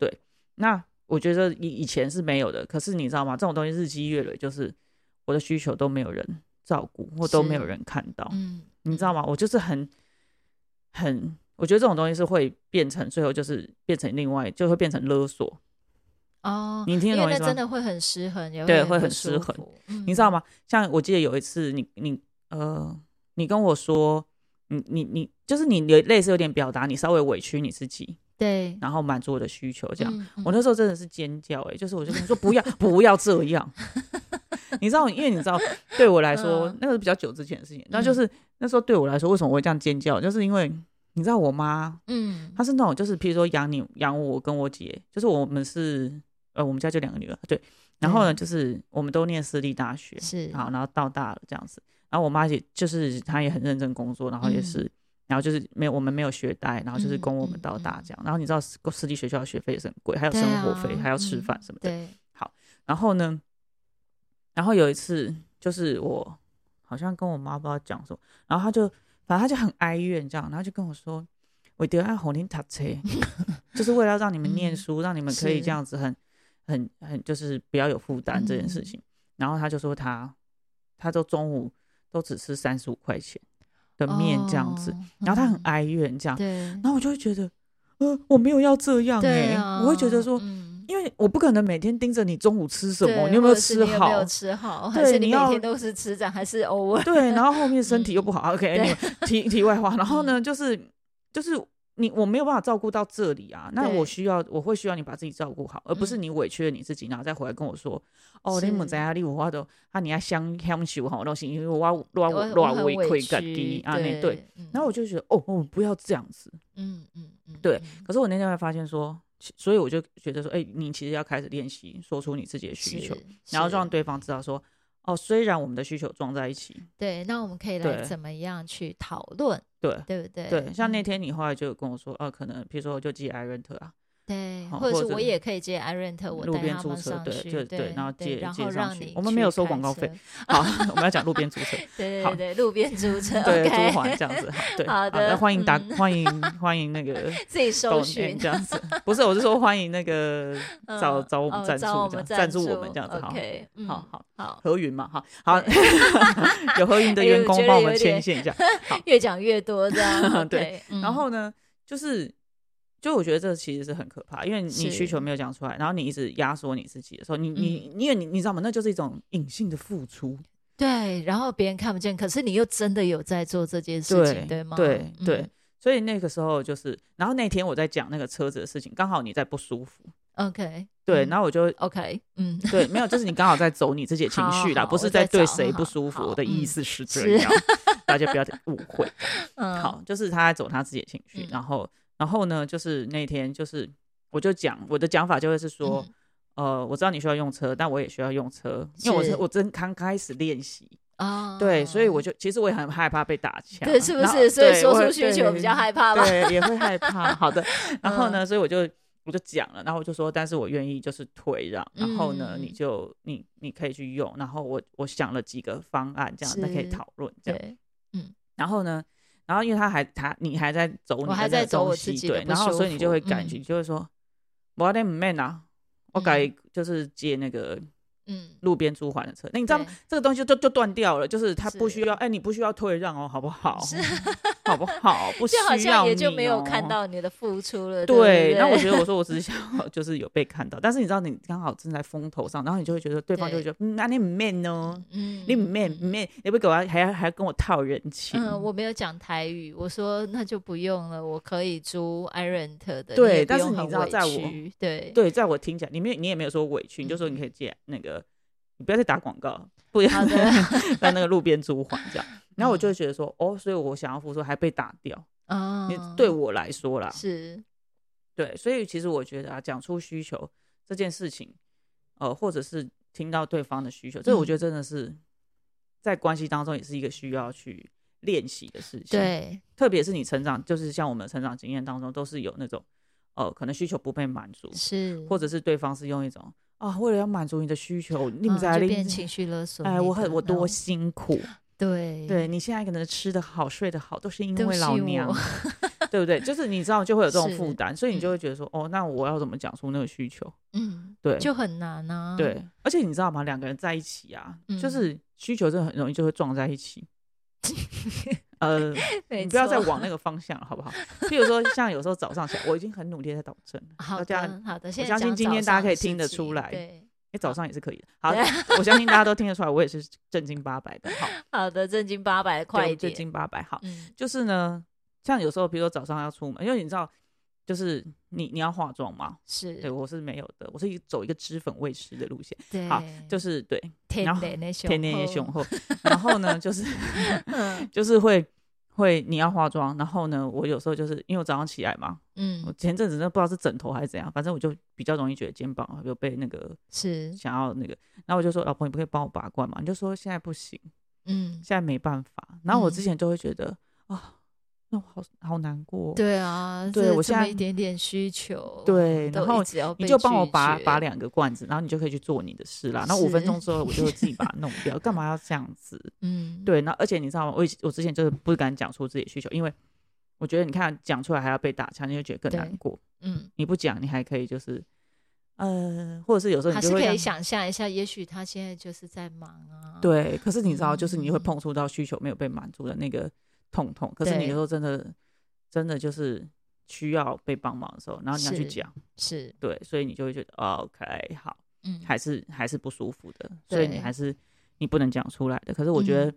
[SPEAKER 1] 那我觉得以以前是没有的，可是你知道吗？这种东西日积月累，就是我的需求都没有人照顾，或都没有
[SPEAKER 2] 是
[SPEAKER 1] 人看到，
[SPEAKER 2] 嗯，
[SPEAKER 1] 你知道吗？我就是很很，我觉得这种东西是会变成最后就是变成另外，就会变成勒索，
[SPEAKER 2] 哦，
[SPEAKER 1] 你听得
[SPEAKER 2] 因
[SPEAKER 1] 懂我
[SPEAKER 2] 为
[SPEAKER 1] 意
[SPEAKER 2] 那
[SPEAKER 1] 思
[SPEAKER 2] 真
[SPEAKER 1] 吗？
[SPEAKER 2] 的会很失衡，也
[SPEAKER 1] 对
[SPEAKER 2] 会
[SPEAKER 1] 会
[SPEAKER 2] 不
[SPEAKER 1] 很失
[SPEAKER 2] 舒
[SPEAKER 1] 衡
[SPEAKER 2] 服，嗯
[SPEAKER 1] 你
[SPEAKER 2] 你
[SPEAKER 1] 知道？吗？像我记得有一次你，你呃，你跟我说，你你你，就是你有类似有点表达，你稍微委屈你自己，
[SPEAKER 2] 对，
[SPEAKER 1] 然后满足我的需求这样。
[SPEAKER 2] 嗯，
[SPEAKER 1] 我
[SPEAKER 2] 嗯
[SPEAKER 1] 那时候真的是尖叫哎、欸就是我就跟他说不要不要这
[SPEAKER 2] (laughs)
[SPEAKER 1] 样，你知道，因为你知道，对我来说、
[SPEAKER 2] 嗯
[SPEAKER 1] 那个是比较久之前的事情，那就是、那时候对我来说为什么我会这样尖叫，就是因为你知道我妈
[SPEAKER 2] 嗯，
[SPEAKER 1] 她是那种就是譬如说养你养我跟我姐，就是我们是呃我们家就两个女儿对，然后呢就是我们都念私立大学，
[SPEAKER 2] 嗯是
[SPEAKER 1] 好，然后到大了这样子，然后我妈也就是她也很认真工作，然后也
[SPEAKER 2] 嗯
[SPEAKER 1] 是。然后就是没有，我们没有学贷，然后就是
[SPEAKER 2] 嗯
[SPEAKER 1] 供我们
[SPEAKER 2] 嗯
[SPEAKER 1] 到大
[SPEAKER 2] 嗯
[SPEAKER 1] 这样。然后你知道私私立学校的学费也是很贵，还有
[SPEAKER 2] 对
[SPEAKER 1] 生活
[SPEAKER 2] 啊
[SPEAKER 1] 费，还要吃
[SPEAKER 2] 嗯
[SPEAKER 1] 饭什么的。
[SPEAKER 2] 对，
[SPEAKER 1] 然后呢，然后有一次就是我好像跟我妈不知道讲什么，然后她就反正她就很哀怨这样，然后就跟我说：“我一定要让红林塔
[SPEAKER 2] (laughs)
[SPEAKER 1] 车，就是为了要让你们念
[SPEAKER 2] 嗯
[SPEAKER 1] 书，让你们可以
[SPEAKER 2] 是
[SPEAKER 1] 这样子很很很就是不要有负担这件事
[SPEAKER 2] 嗯
[SPEAKER 1] 情。然后她就说她她都中午都只吃三十五块钱的面这样子，
[SPEAKER 2] 哦
[SPEAKER 1] 然后她很啊
[SPEAKER 2] 嗯
[SPEAKER 1] 哀怨这样，
[SPEAKER 2] 对，
[SPEAKER 1] 然后我就会觉得，呃，我没有要这样哎、
[SPEAKER 2] 对啊，
[SPEAKER 1] 我会觉得说，
[SPEAKER 2] 嗯
[SPEAKER 1] 因为我不可能每天盯着你中午吃什么，
[SPEAKER 2] 对
[SPEAKER 1] 你有没
[SPEAKER 2] 或
[SPEAKER 1] 有
[SPEAKER 2] 者是
[SPEAKER 1] 吃
[SPEAKER 2] 你有
[SPEAKER 1] 好？
[SPEAKER 2] 没有吃好， (laughs) 还
[SPEAKER 1] 对
[SPEAKER 2] 是
[SPEAKER 1] 你
[SPEAKER 2] 你
[SPEAKER 1] 要
[SPEAKER 2] 每天都是吃这样，还是偶
[SPEAKER 1] (laughs)
[SPEAKER 2] 尔？
[SPEAKER 1] 对，然后后面身体又不好。
[SPEAKER 2] 对嗯
[SPEAKER 1] OK，你
[SPEAKER 2] (laughs)
[SPEAKER 1] 题题外话，然后呢，就是就是你我没有办法照顾到这里啊，那
[SPEAKER 2] 对
[SPEAKER 1] 我需要我会需要你把自己照顾好，而不是
[SPEAKER 2] 嗯
[SPEAKER 1] 你委屈了你自己，然后再回来跟我说，哦，你
[SPEAKER 2] 是
[SPEAKER 1] 母在压力我话都啊，你要相相求好东西，因为我要我要
[SPEAKER 2] 我
[SPEAKER 1] 我要
[SPEAKER 2] 很
[SPEAKER 1] 委
[SPEAKER 2] 委
[SPEAKER 1] 屈感
[SPEAKER 2] 屈
[SPEAKER 1] 低啊，那对。
[SPEAKER 2] 对，嗯
[SPEAKER 1] 然后我就觉得，哦哦，不要这样子。
[SPEAKER 2] 嗯嗯嗯，
[SPEAKER 1] 对
[SPEAKER 2] 嗯
[SPEAKER 1] 可是我那天会发现说，其所以我就觉得说，哎、你其实要开始练习说出你自己的需求，然后
[SPEAKER 2] 是
[SPEAKER 1] 让对方知道说，哦，虽然我们的需求撞在一起，
[SPEAKER 2] 对，那我们可以来
[SPEAKER 1] 对
[SPEAKER 2] 怎么样去讨论，
[SPEAKER 1] 对
[SPEAKER 2] 对不对？
[SPEAKER 1] 对，像那
[SPEAKER 2] 嗯
[SPEAKER 1] 天你后来就有跟我说，哦，可能比如说我就寄 i rent 啊，
[SPEAKER 2] 对，
[SPEAKER 1] 好
[SPEAKER 2] 或者
[SPEAKER 1] 或
[SPEAKER 2] 是
[SPEAKER 1] 者
[SPEAKER 2] 我也可以接 i rent，我
[SPEAKER 1] 路
[SPEAKER 2] 带
[SPEAKER 1] 边
[SPEAKER 2] 他
[SPEAKER 1] 租
[SPEAKER 2] 们
[SPEAKER 1] 车
[SPEAKER 2] 上
[SPEAKER 1] 对
[SPEAKER 2] 去，
[SPEAKER 1] 就
[SPEAKER 2] 对
[SPEAKER 1] 对然后接
[SPEAKER 2] 然
[SPEAKER 1] 接
[SPEAKER 2] 后
[SPEAKER 1] 上
[SPEAKER 2] 让
[SPEAKER 1] 去
[SPEAKER 2] 你
[SPEAKER 1] 我们没有
[SPEAKER 2] 去
[SPEAKER 1] 收
[SPEAKER 2] 开
[SPEAKER 1] 广告费
[SPEAKER 2] 车，
[SPEAKER 1] 好， (laughs) 我们要讲路边租车，
[SPEAKER 2] 对对
[SPEAKER 1] 好
[SPEAKER 2] 对，路边租车，
[SPEAKER 1] (laughs) 对，
[SPEAKER 2] OK (laughs)
[SPEAKER 1] 租还这样子，好对，
[SPEAKER 2] 好的
[SPEAKER 1] 那欢迎打，
[SPEAKER 2] 嗯
[SPEAKER 1] 欢迎欢迎那
[SPEAKER 2] (laughs)
[SPEAKER 1] 个
[SPEAKER 2] 自己
[SPEAKER 1] 抖
[SPEAKER 2] 搜
[SPEAKER 1] 内
[SPEAKER 2] 寻，
[SPEAKER 1] 这样
[SPEAKER 2] (laughs)
[SPEAKER 1] 子，不是，我是说欢迎那个找
[SPEAKER 2] 嗯
[SPEAKER 1] 找我们
[SPEAKER 2] 哦
[SPEAKER 1] 赞
[SPEAKER 2] 找
[SPEAKER 1] 助
[SPEAKER 2] 我
[SPEAKER 1] 这样
[SPEAKER 2] 们
[SPEAKER 1] 赞助
[SPEAKER 2] 助
[SPEAKER 1] 我们这样子好
[SPEAKER 2] OK，嗯
[SPEAKER 1] 好好
[SPEAKER 2] 好，
[SPEAKER 1] 何云嘛，哈，好
[SPEAKER 2] 对，
[SPEAKER 1] (laughs) 有何云的
[SPEAKER 2] 哎呦
[SPEAKER 1] 员工
[SPEAKER 2] 觉得
[SPEAKER 1] 帮我
[SPEAKER 2] 有
[SPEAKER 1] 们
[SPEAKER 2] 点
[SPEAKER 1] 牵线一下，好，
[SPEAKER 2] (laughs) 越讲越多这样，
[SPEAKER 1] (laughs) 对
[SPEAKER 2] 对，嗯
[SPEAKER 1] 然后呢，就是就我觉得这其实是很可怕，因为你
[SPEAKER 2] 是嗯
[SPEAKER 1] 需求没有讲出来，然后你一直压缩你自己的时候，你你你也你你知道吗？那就是一种隐性的付出，
[SPEAKER 2] 对，然后别人看不见，可是你又真的有在做这件事情，对吗？
[SPEAKER 1] 对
[SPEAKER 2] 嗯
[SPEAKER 1] 对，所以那个时候就是，然后那天我在讲那个车子的事情，刚好你在不舒服，
[SPEAKER 2] ，OK，
[SPEAKER 1] 对，
[SPEAKER 2] 嗯
[SPEAKER 1] 然后我就
[SPEAKER 2] OK，嗯， (laughs)
[SPEAKER 1] 对，没有，就是你刚好在走你自己的情绪啦，
[SPEAKER 2] 好好
[SPEAKER 1] 不是
[SPEAKER 2] 我在
[SPEAKER 1] 对
[SPEAKER 2] 找
[SPEAKER 1] 谁
[SPEAKER 2] 好
[SPEAKER 1] 不舒服。
[SPEAKER 2] 好
[SPEAKER 1] 我的
[SPEAKER 2] 嗯
[SPEAKER 1] 意思是这
[SPEAKER 2] 是
[SPEAKER 1] 样， (laughs) 大家不要误会。
[SPEAKER 2] (laughs) 嗯
[SPEAKER 1] 好，就是他在走他自己的情绪，
[SPEAKER 2] 嗯
[SPEAKER 1] 然后，然后呢，就是那天就是我就讲我的讲法就会是说，呃，我知道你需要用车，但我也需要用车，因为我
[SPEAKER 2] 是
[SPEAKER 1] 是我真刚开始练习，
[SPEAKER 2] 啊，
[SPEAKER 1] 对，所以我就其实我也很害怕被打枪，
[SPEAKER 2] 哦对，是不
[SPEAKER 1] 然后
[SPEAKER 2] 是？所以
[SPEAKER 1] 对
[SPEAKER 2] 说
[SPEAKER 1] 我
[SPEAKER 2] 出
[SPEAKER 1] 会
[SPEAKER 2] 需求比较害怕吧？嗯
[SPEAKER 1] 对，也会害怕。好
[SPEAKER 2] (laughs)
[SPEAKER 1] 的，然后呢，所以我就我就讲了，然后我就说，但是我愿意就是退让，然后呢，
[SPEAKER 2] 嗯
[SPEAKER 1] 你就你你可以去用，然后我我想了几个方案，这样那可以
[SPEAKER 2] 是
[SPEAKER 1] 讨论这样。
[SPEAKER 2] 对，
[SPEAKER 1] 然后呢，然后因为他还他你还在走你的
[SPEAKER 2] 我还
[SPEAKER 1] 那
[SPEAKER 2] 在
[SPEAKER 1] 个
[SPEAKER 2] 走
[SPEAKER 1] 东
[SPEAKER 2] 我自
[SPEAKER 1] 西
[SPEAKER 2] 己的
[SPEAKER 1] 对，
[SPEAKER 2] 不
[SPEAKER 1] 然后所以
[SPEAKER 2] 舒
[SPEAKER 1] 你就会
[SPEAKER 2] 服
[SPEAKER 1] 感
[SPEAKER 2] 嗯
[SPEAKER 1] 觉你就会说，我得唔 man 啊，我
[SPEAKER 2] 嗯
[SPEAKER 1] 改就是借那个
[SPEAKER 2] 嗯，
[SPEAKER 1] 路边租还的车，那你知道
[SPEAKER 2] 对
[SPEAKER 1] 这个东西就就断掉了，就是他不
[SPEAKER 2] 是
[SPEAKER 1] 需要，哎，你不需要退让哦，好不好？
[SPEAKER 2] 是
[SPEAKER 1] (laughs)
[SPEAKER 2] (laughs)
[SPEAKER 1] 好不好？不需
[SPEAKER 2] 就
[SPEAKER 1] 要
[SPEAKER 2] 好像也就没有
[SPEAKER 1] 你哦
[SPEAKER 2] 看到你的付出了，
[SPEAKER 1] 对，那我
[SPEAKER 2] 得
[SPEAKER 1] 觉得我说我只是想要 (laughs) 就是有被看到，但是你知道你刚好正在风头上，然后你就会觉得对方就会觉得，嗯，那、你很 man 哦，
[SPEAKER 2] 嗯，
[SPEAKER 1] 你很 man 很 man，你不给我还要还要跟我套人情，
[SPEAKER 2] 嗯，我没有讲台语，我说那就不用了，我可以租 i rent 的，你
[SPEAKER 1] 对
[SPEAKER 2] 也不
[SPEAKER 1] 但是
[SPEAKER 2] 用
[SPEAKER 1] 你
[SPEAKER 2] 很
[SPEAKER 1] 知道
[SPEAKER 2] 委
[SPEAKER 1] 在我
[SPEAKER 2] 屈，对
[SPEAKER 1] 对，在我听起来，你没有你也没有说委屈，你就说你可以借那个，你不要再打广告，不要
[SPEAKER 2] 嗯好
[SPEAKER 1] (laughs)
[SPEAKER 2] 的嗯
[SPEAKER 1] 在那个路边租还这
[SPEAKER 2] (laughs)
[SPEAKER 1] 样，然后我就会觉得说，哦，所以我想要付出还被打掉，
[SPEAKER 2] 啊
[SPEAKER 1] 你对我来说啦，
[SPEAKER 2] 是
[SPEAKER 1] 对，所以其实我觉得啊，讲出需求这件事情，呃，或者是听到对方的需求，这我
[SPEAKER 2] 嗯
[SPEAKER 1] 觉得真的是在关系当中也是一个需要去练习的事情。，
[SPEAKER 2] 对，
[SPEAKER 1] 特别是你成长，就是像我们的成长经验当中，都是有那种呃，可能需求不被满足，
[SPEAKER 2] 是
[SPEAKER 1] 或者是对方是用一种啊，为了要满足你的需求，你
[SPEAKER 2] 嗯
[SPEAKER 1] 在
[SPEAKER 2] 就
[SPEAKER 1] 另
[SPEAKER 2] 变情绪勒索你的那
[SPEAKER 1] 哎，
[SPEAKER 2] 种，
[SPEAKER 1] 我很我多辛苦，
[SPEAKER 2] 嗯对
[SPEAKER 1] 对你现在可能吃得好、睡得好，都是因
[SPEAKER 2] 都
[SPEAKER 1] 为
[SPEAKER 2] 是
[SPEAKER 1] 老
[SPEAKER 2] 我
[SPEAKER 1] 娘的，对不对？就是你知道就会有这种
[SPEAKER 2] 是
[SPEAKER 1] 负担，所以你就
[SPEAKER 2] 嗯
[SPEAKER 1] 会觉得说，哦，那我要怎么讲出那个需求？
[SPEAKER 2] 嗯，
[SPEAKER 1] 对，
[SPEAKER 2] 就很难啊，
[SPEAKER 1] 对，而且你知道吗？两个人在一起啊，就
[SPEAKER 2] 嗯
[SPEAKER 1] 是需求真的很容易就会撞在一
[SPEAKER 2] (laughs)
[SPEAKER 1] 起。呃，
[SPEAKER 2] 没错，
[SPEAKER 1] 你不要再往那个方向了，好不好？譬如说，像有时候早上起来，我已经很努力地在导正了，
[SPEAKER 2] 好
[SPEAKER 1] 大家
[SPEAKER 2] 的，好的，
[SPEAKER 1] 我
[SPEAKER 2] 现在
[SPEAKER 1] 相信
[SPEAKER 2] 讲
[SPEAKER 1] 今天
[SPEAKER 2] 早
[SPEAKER 1] 大家
[SPEAKER 2] 上
[SPEAKER 1] 可以
[SPEAKER 2] 的
[SPEAKER 1] 听
[SPEAKER 2] 事
[SPEAKER 1] 得
[SPEAKER 2] 情
[SPEAKER 1] 出来
[SPEAKER 2] 对，
[SPEAKER 1] 哎、早上也是可以的。好，我相信大家都听得出来，我也是正经八百的。好，
[SPEAKER 2] (laughs) 好的，正经八百，快一
[SPEAKER 1] 正
[SPEAKER 2] 点，
[SPEAKER 1] 经八百。好，
[SPEAKER 2] 嗯，
[SPEAKER 1] 就是呢，像有时候，比如说早上要出门，因为你知道，就是你你要化妆嘛，对
[SPEAKER 2] 是，
[SPEAKER 1] 我是没有的，我是一走一个脂粉未施的路线，
[SPEAKER 2] 对，
[SPEAKER 1] 好就是对
[SPEAKER 2] 天
[SPEAKER 1] 然后
[SPEAKER 2] 然的
[SPEAKER 1] 天天也
[SPEAKER 2] 雄
[SPEAKER 1] 雄
[SPEAKER 2] 厚，
[SPEAKER 1] 厚，然后呢，就是
[SPEAKER 2] 嗯
[SPEAKER 1] 就是会会你要化妆，然后呢，我有时候就是因为我早上起来嘛，我
[SPEAKER 2] 嗯，
[SPEAKER 1] 前阵子那不知道是枕头还是怎样，反正我就比较容易觉得肩膀有被那个
[SPEAKER 2] 是，
[SPEAKER 1] 想要那个，然后我就说老婆，你不可以帮我拔罐嘛？你就说现在不行，
[SPEAKER 2] 嗯，
[SPEAKER 1] 现在没办法。然后我
[SPEAKER 2] 嗯
[SPEAKER 1] 之前就会觉得啊、那我好好难过、哦。
[SPEAKER 2] 对啊，
[SPEAKER 1] 对我
[SPEAKER 2] 这这么
[SPEAKER 1] 现在
[SPEAKER 2] 一点点需求，
[SPEAKER 1] 对
[SPEAKER 2] 都
[SPEAKER 1] 然后
[SPEAKER 2] 一直要
[SPEAKER 1] 你
[SPEAKER 2] 被
[SPEAKER 1] 就帮我
[SPEAKER 2] 拒
[SPEAKER 1] 拔
[SPEAKER 2] 绝
[SPEAKER 1] 拔，两个罐子，然后你就可以去做你的事啦。那五分
[SPEAKER 2] 是
[SPEAKER 1] 钟之后，我就会自己把它弄掉，干嘛要这样子？
[SPEAKER 2] 嗯，
[SPEAKER 1] 对，那而且你知道吗？我以前我之前就是不敢讲出自己的需求，因为我觉得你看讲出来还要被打枪，你就觉得更难
[SPEAKER 2] 对
[SPEAKER 1] 过。
[SPEAKER 2] 嗯，
[SPEAKER 1] 你不讲，你还可以就是呃，或者是有时候
[SPEAKER 2] 还
[SPEAKER 1] 你
[SPEAKER 2] 是
[SPEAKER 1] 就会
[SPEAKER 2] 可以
[SPEAKER 1] 让
[SPEAKER 2] 想象一下，也许他现在就是在忙啊，，
[SPEAKER 1] 对，可是你知道，就是你会
[SPEAKER 2] 嗯
[SPEAKER 1] 碰触到需求没有被满足的那个痛痛。可是你
[SPEAKER 2] 对
[SPEAKER 1] 有时候真的真的就是需要被帮忙的时候，然后你要去
[SPEAKER 2] 是
[SPEAKER 1] 讲，
[SPEAKER 2] 是，
[SPEAKER 1] 对，所以你就会觉得哦 OK 好。
[SPEAKER 2] 嗯，
[SPEAKER 1] 还是还是不舒服的，所以你
[SPEAKER 2] 对
[SPEAKER 1] 还是你不能讲出来的。可是我觉得，
[SPEAKER 2] 嗯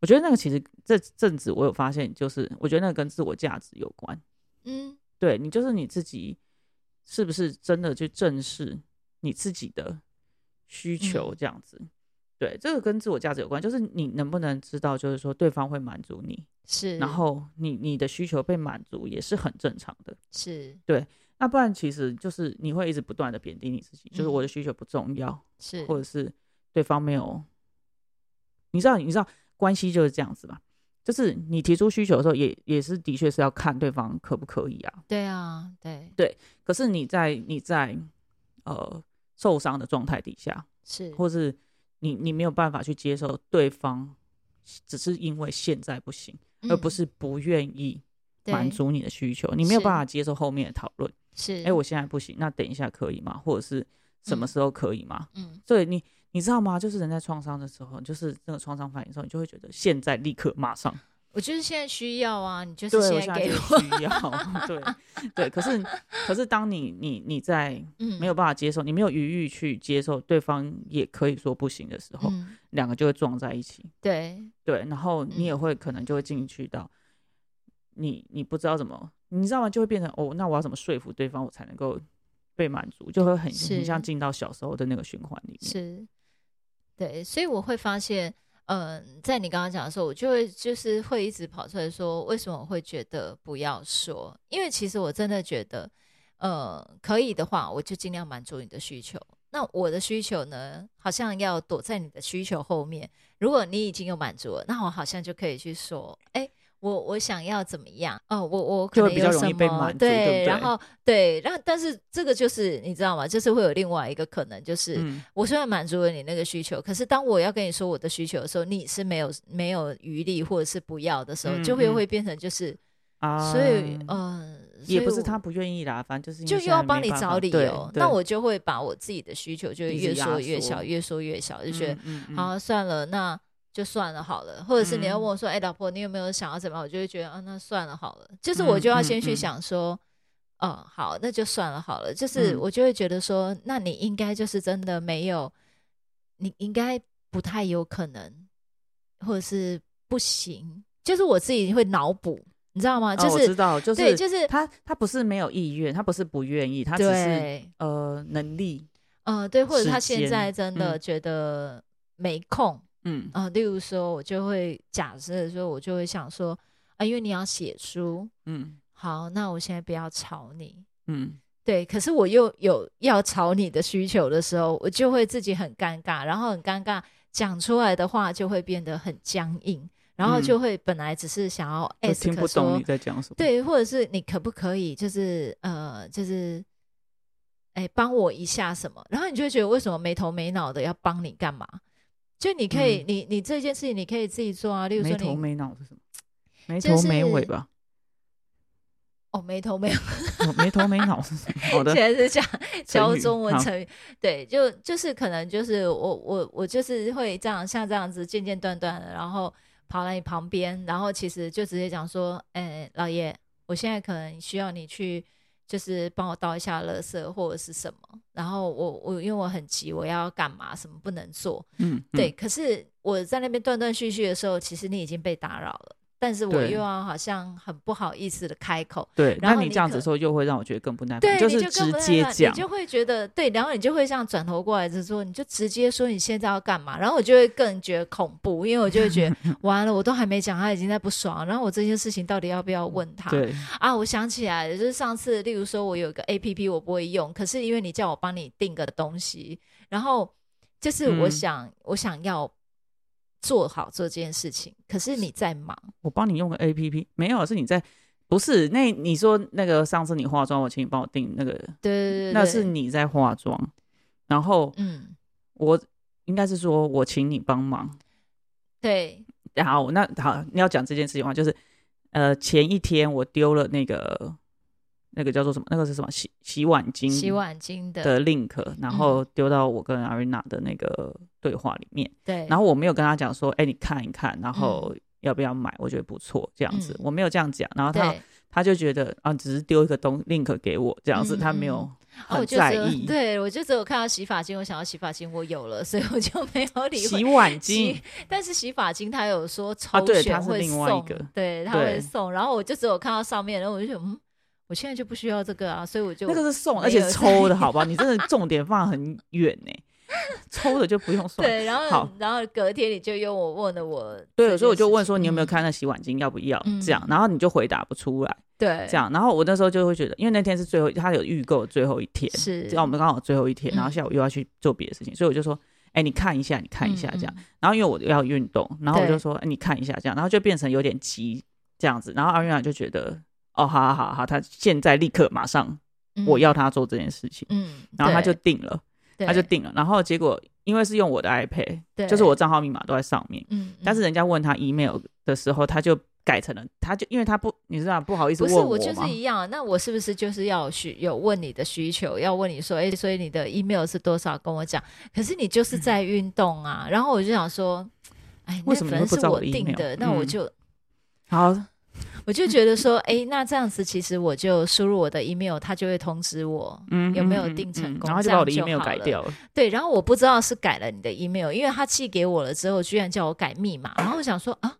[SPEAKER 1] 我觉得那个其实这阵子我有发现，就是我觉得那个跟自我价值有关。
[SPEAKER 2] 嗯，
[SPEAKER 1] 对你就是你自己是不是真的去正视你自己的需求
[SPEAKER 2] 嗯
[SPEAKER 1] 这样子？对，这个跟自我价值有关，就是你能不能知道，就是说对方会满足你，
[SPEAKER 2] 是，
[SPEAKER 1] 然后你你的需求被满足也是很正常的。
[SPEAKER 2] 是，
[SPEAKER 1] 那那不然其实就是你会一直不断的贬低你自己，就是
[SPEAKER 2] 嗯
[SPEAKER 1] 我的需求不重要，
[SPEAKER 2] 是，
[SPEAKER 1] 或者是对方没有，你知道，你知道关系就是这样子吧？就是你提出需求的时候也，也是的确是要看对方可不可以啊。
[SPEAKER 2] 对啊，对，
[SPEAKER 1] 可是你在你在呃受伤的状态底下，
[SPEAKER 2] 是，
[SPEAKER 1] 或是你你没有办法去接受对方，只是因为现在不行，而不
[SPEAKER 2] 嗯
[SPEAKER 1] 是不愿意满
[SPEAKER 2] 对
[SPEAKER 1] 足你的需求，你没有
[SPEAKER 2] 是
[SPEAKER 1] 办法接受后面的讨论。
[SPEAKER 2] 是，
[SPEAKER 1] 哎、我现在不行，那等一下可以吗？或者是什么
[SPEAKER 2] 嗯
[SPEAKER 1] 时候可以吗？
[SPEAKER 2] 嗯，
[SPEAKER 1] 所以你你知道吗？就是人在创伤的时候，就是那个创伤反应的时候，你就会觉得现在立刻马上，
[SPEAKER 2] 我就是现在需要啊，你就是
[SPEAKER 1] 对我
[SPEAKER 2] 现
[SPEAKER 1] 现
[SPEAKER 2] 在
[SPEAKER 1] 在
[SPEAKER 2] 给
[SPEAKER 1] 就
[SPEAKER 2] 我，
[SPEAKER 1] 需要， (laughs) 对对。可是可是当你你你在
[SPEAKER 2] 嗯，
[SPEAKER 1] 没有办法接受，你没有余裕去接受对方也可以说不行的时候，
[SPEAKER 2] 嗯，
[SPEAKER 1] 两、个就会撞在一起，
[SPEAKER 2] 对，
[SPEAKER 1] 对。然后你
[SPEAKER 2] 嗯
[SPEAKER 1] 也会可能就会进去到你你不知道怎么，你知道吗？就会变成哦，那我要怎么说服对方，我才能够被满足，就会很很像
[SPEAKER 2] 是
[SPEAKER 1] 进到小时候的那个循环里面。
[SPEAKER 2] 是，对，所以我会发现，嗯、在你刚刚讲的时候，我就会就是会一直跑出来说，为什么我会觉得不要说？因为其实我真的觉得，呃，可以的话，我就尽量满足你的需求。那我的需求呢，好像要躲在你的需求后面。如果你已经有满足了，那我好像就可以去说，哎。我我想要怎么样？哦，我我可
[SPEAKER 1] 就会
[SPEAKER 2] 能
[SPEAKER 1] 比较
[SPEAKER 2] 有
[SPEAKER 1] 容
[SPEAKER 2] 什
[SPEAKER 1] 易被
[SPEAKER 2] 么
[SPEAKER 1] 满足对
[SPEAKER 2] 对，
[SPEAKER 1] 不
[SPEAKER 2] 然
[SPEAKER 1] 对
[SPEAKER 2] 后对，然后但是这个就是你知道吗？就是会有另外一个可能，就是、
[SPEAKER 1] 嗯，
[SPEAKER 2] 我虽然满足了你那个需求，可是当我要跟你说我的需求的时候，你是没有没有余力或者是不要的时候，
[SPEAKER 1] 嗯
[SPEAKER 2] 就会
[SPEAKER 1] 嗯
[SPEAKER 2] 会变成就是，
[SPEAKER 1] 啊
[SPEAKER 2] 所以呃，
[SPEAKER 1] 也
[SPEAKER 2] 所以
[SPEAKER 1] 不是
[SPEAKER 2] 我
[SPEAKER 1] 他不愿意啦，反正就是
[SPEAKER 2] 就又要帮你找理由，那我
[SPEAKER 1] 就
[SPEAKER 2] 就会把我自己的需求就
[SPEAKER 1] 一直
[SPEAKER 2] 越
[SPEAKER 1] 压
[SPEAKER 2] 缩越
[SPEAKER 1] 缩
[SPEAKER 2] 小，越缩越小，就觉得、
[SPEAKER 1] 嗯嗯
[SPEAKER 2] 好算了，那就算了好了，或者是你要
[SPEAKER 1] 嗯
[SPEAKER 2] 问我说，哎、老婆，你有没有想要怎么样？我就会觉得啊，那算了好了，就是我就要
[SPEAKER 1] 嗯
[SPEAKER 2] 先去
[SPEAKER 1] 嗯
[SPEAKER 2] 想说。哦、好，那就算了好了。就是
[SPEAKER 1] 嗯
[SPEAKER 2] 我就会觉得说，那你应该就是真的没有，你应该不太有可能，或者是不行。就是我自己会脑补，你知道吗？
[SPEAKER 1] 啊
[SPEAKER 2] 就
[SPEAKER 1] 我
[SPEAKER 2] 是、
[SPEAKER 1] 知道，就
[SPEAKER 2] 对，
[SPEAKER 1] 是
[SPEAKER 2] 就是
[SPEAKER 1] 他他不是没有意愿，他不是不愿意，他只是
[SPEAKER 2] 对，
[SPEAKER 1] 呃能力，
[SPEAKER 2] 呃，对，或者他
[SPEAKER 1] 时
[SPEAKER 2] 现
[SPEAKER 1] 间
[SPEAKER 2] 在真的
[SPEAKER 1] 嗯
[SPEAKER 2] 觉得没空，
[SPEAKER 1] 嗯
[SPEAKER 2] 啊，例如说，我就会假设说，我就会想说，啊，因为你要写书，
[SPEAKER 1] 嗯
[SPEAKER 2] 好，那我现在不要吵你。
[SPEAKER 1] 嗯，
[SPEAKER 2] 对，可是我又有要吵你的需求的时候，我就会自己很尴尬，然后很尴尬，讲出来的话就会变得很僵硬，然后就
[SPEAKER 1] 嗯
[SPEAKER 2] 会本来只是想要
[SPEAKER 1] 就听
[SPEAKER 2] ask
[SPEAKER 1] 不懂
[SPEAKER 2] 说
[SPEAKER 1] 你，在讲什么，，
[SPEAKER 2] 对，或者是你可不可以，就是呃，就是，哎，帮我一下什么？然后你就会觉得为什么没头没脑的要帮你干嘛？就你可以，
[SPEAKER 1] 嗯
[SPEAKER 2] 你你这件事情你可以自己做啊，例如
[SPEAKER 1] 没
[SPEAKER 2] 说
[SPEAKER 1] 头
[SPEAKER 2] 你
[SPEAKER 1] 没脑是什么？没
[SPEAKER 2] 就
[SPEAKER 1] 头没尾
[SPEAKER 2] 是
[SPEAKER 1] 吧， (laughs)
[SPEAKER 2] 哦没头没尾，
[SPEAKER 1] 哦没头没脑是什么？好的，
[SPEAKER 2] (laughs) 现在是
[SPEAKER 1] (laughs)
[SPEAKER 2] 讲教
[SPEAKER 1] 语
[SPEAKER 2] 中文
[SPEAKER 1] 好
[SPEAKER 2] 成语，对，就就是可能就是我我我就是会这样像这样子间间断断的，然后跑来你旁边，然后其实就直接讲说，哎，老爷，我现在可能需要你去。就是帮我倒一下垃圾或者是什么，然后我我因为我很急，我要干嘛，什么不能做，
[SPEAKER 1] 嗯，嗯
[SPEAKER 2] 对。，可是我在那边断断续续的时候，其实你已经被打扰了，但是我
[SPEAKER 1] 对
[SPEAKER 2] 又要好像很不好意思的开口，
[SPEAKER 1] 对，
[SPEAKER 2] 然
[SPEAKER 1] 那
[SPEAKER 2] 后
[SPEAKER 1] 你
[SPEAKER 2] 你
[SPEAKER 1] 这样子
[SPEAKER 2] 可
[SPEAKER 1] 说又会让我觉得更不耐
[SPEAKER 2] 对，
[SPEAKER 1] 烦，
[SPEAKER 2] 你
[SPEAKER 1] 是
[SPEAKER 2] 就更
[SPEAKER 1] 直
[SPEAKER 2] 不耐
[SPEAKER 1] 接
[SPEAKER 2] 烦
[SPEAKER 1] 讲
[SPEAKER 2] 你，就会觉得对，然后你就会这样转头过来就说，你就直接说你现在要干嘛，然后我就会更觉得恐怖，因为我就会觉得 (laughs) 完了，我都还没讲，他已经在不爽，然后我这件事情到底要不要问他？
[SPEAKER 1] 对，
[SPEAKER 2] 啊，我想起来了，就是上次，例如说我有一个 A P P 我不会用，可是因为你叫我帮你订个东西，然后就是我
[SPEAKER 1] 嗯
[SPEAKER 2] 想、我想要做好这件事情，可是你在忙，
[SPEAKER 1] 我帮你用个 A P P，没有，啊是你在。不是，那你说那个上次你化妆，我请你帮我订那个
[SPEAKER 2] 对对对对，
[SPEAKER 1] 那是
[SPEAKER 2] 对
[SPEAKER 1] 你在化妆，然后
[SPEAKER 2] 嗯，
[SPEAKER 1] 我应该是说我请你帮忙。
[SPEAKER 2] 对，
[SPEAKER 1] 好，那好，你要讲这件事情的话，就是呃，前一天我丢了那个那个叫做什么？那个是什么洗洗碗巾
[SPEAKER 2] 洗碗巾的，嗯
[SPEAKER 1] 的 link，然后丢到我跟 Arina 的那个对话里面，
[SPEAKER 2] 对，
[SPEAKER 1] 然
[SPEAKER 2] 后
[SPEAKER 1] 后我没有跟他讲说，哎、你看一看，然后要不要买？我觉得不错，这样子，
[SPEAKER 2] 嗯
[SPEAKER 1] 我没有这样讲，然后他
[SPEAKER 2] 对，
[SPEAKER 1] 他就觉得啊，只是丢一个东 link 给我这样子，
[SPEAKER 2] 嗯
[SPEAKER 1] 他
[SPEAKER 2] 嗯
[SPEAKER 1] 没有
[SPEAKER 2] 嗯啊，我
[SPEAKER 1] 很
[SPEAKER 2] 就
[SPEAKER 1] 在
[SPEAKER 2] 只有
[SPEAKER 1] 意。
[SPEAKER 2] 对我就只有看到洗发精，我想要洗发精，我有了，所以我就没有理会
[SPEAKER 1] 洗。碗巾
[SPEAKER 2] 洗，但是洗发精它有说抽
[SPEAKER 1] 对
[SPEAKER 2] 选
[SPEAKER 1] 它是
[SPEAKER 2] 会
[SPEAKER 1] 另
[SPEAKER 2] 送，
[SPEAKER 1] 外一个
[SPEAKER 2] 对它
[SPEAKER 1] 对
[SPEAKER 2] 会送，然后我就只有看到上面，然后我就觉得，嗯，我现在就不需要这个啊，所以我就
[SPEAKER 1] 那个是送，
[SPEAKER 2] 没
[SPEAKER 1] 而且
[SPEAKER 2] 有
[SPEAKER 1] 是
[SPEAKER 2] 在
[SPEAKER 1] 抽的好不好？你真的重点放很远呢、 (laughs) 抽的就不
[SPEAKER 2] (laughs)
[SPEAKER 1] 用送。
[SPEAKER 2] 对，然后
[SPEAKER 1] 好
[SPEAKER 2] 然后隔天你就用我问了我这件事情，
[SPEAKER 1] 对，所以我就问说你有没有
[SPEAKER 2] 嗯
[SPEAKER 1] 看那洗碗巾要不要、
[SPEAKER 2] 嗯
[SPEAKER 1] 这样，然后你就回答不出来，
[SPEAKER 2] 对，
[SPEAKER 1] 这样。然后我那时候就会觉得，因为那天是最后，他有预购最后一天，
[SPEAKER 2] 是
[SPEAKER 1] 这样我们刚好最后一天，然后
[SPEAKER 2] 嗯
[SPEAKER 1] 下午又要去做别的事情，所以我就说，哎、你看一下，你看一下这样。然后因为我要运动，然后我就
[SPEAKER 2] 嗯对
[SPEAKER 1] 说，哎、你看一下这样，然后就变成有点急这样子。然后阿瑞娜就觉得，哦，好好好好，他现在立刻马上，我要，他做这件事情，
[SPEAKER 2] 嗯嗯，
[SPEAKER 1] 然后他就
[SPEAKER 2] 对
[SPEAKER 1] 定了，他就，定了。然后结果因为是用我的 iPad，
[SPEAKER 2] 对
[SPEAKER 1] 就是我，账号密码都在上面，
[SPEAKER 2] 对嗯，
[SPEAKER 1] 但
[SPEAKER 2] 嗯
[SPEAKER 1] 是人家问他 email 的时候，他就改成了，他就因为他不，你知道不好意思
[SPEAKER 2] 不
[SPEAKER 1] 问
[SPEAKER 2] 是
[SPEAKER 1] 我
[SPEAKER 2] 我
[SPEAKER 1] 嘛，
[SPEAKER 2] 就是一样，啊那我是不是就是要需有问你的需求，要问你说，哎、所以你的 email 是多少？跟我讲。可是你就是在运动啊，然后我就想说，哎，那
[SPEAKER 1] 嗯为什么
[SPEAKER 2] 反
[SPEAKER 1] 你会
[SPEAKER 2] 正
[SPEAKER 1] 不知
[SPEAKER 2] 是
[SPEAKER 1] 道
[SPEAKER 2] 我
[SPEAKER 1] 我的
[SPEAKER 2] 定
[SPEAKER 1] email？
[SPEAKER 2] 的，那我
[SPEAKER 1] 嗯
[SPEAKER 2] 就、
[SPEAKER 1] 好，
[SPEAKER 2] 我就觉得说， (laughs) 哎、那这样子其实我就输入我的 email，他就会通知我。
[SPEAKER 1] 嗯，
[SPEAKER 2] 有没有
[SPEAKER 1] 嗯嗯
[SPEAKER 2] 定成
[SPEAKER 1] 嗯
[SPEAKER 2] 功
[SPEAKER 1] 然后
[SPEAKER 2] 这
[SPEAKER 1] 就把我
[SPEAKER 2] 样
[SPEAKER 1] 的
[SPEAKER 2] 就
[SPEAKER 1] email
[SPEAKER 2] 好
[SPEAKER 1] 改
[SPEAKER 2] 了
[SPEAKER 1] 掉了，
[SPEAKER 2] 对，然后我不知道是改了你的 email，因为他寄给我了之后，居然叫我改密码，然后我想说啊，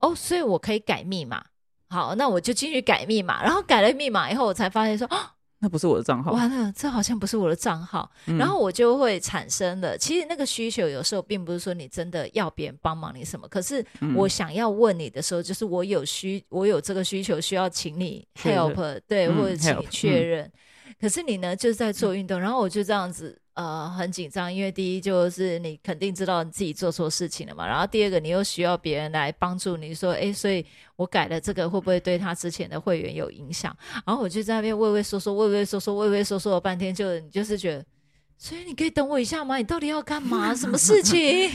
[SPEAKER 2] 哦，所以我可以改密码。好，那我就进去改密码，然后改了密码以后，我才发现说，啊
[SPEAKER 1] 那不是我的账号。
[SPEAKER 2] 完了，这好像不是我的账号。
[SPEAKER 1] 嗯
[SPEAKER 2] 然后我就会产生了，其实那个需求有时候并不是说你真的要别人帮忙你什么，可是
[SPEAKER 1] 嗯
[SPEAKER 2] 我想要问你的时候，就是我有需，我有这个需求需要请你
[SPEAKER 1] 确认
[SPEAKER 2] help，对，
[SPEAKER 1] 嗯
[SPEAKER 2] 或者请你
[SPEAKER 1] help，
[SPEAKER 2] 确认。可是你呢，就是在做运动，然后我就这样子，呃，很紧张，因为第一就是你肯定知道你自己做错事情了嘛，然后第二个你又需要别人来帮助你说，诶，所以我改了这个会不会对他之前的会员有影响？然后我就在那边畏畏缩缩、畏畏缩缩、畏畏缩缩了半天，就你就是觉得。所以你可以等我一下吗？你到底要干嘛？什么事情？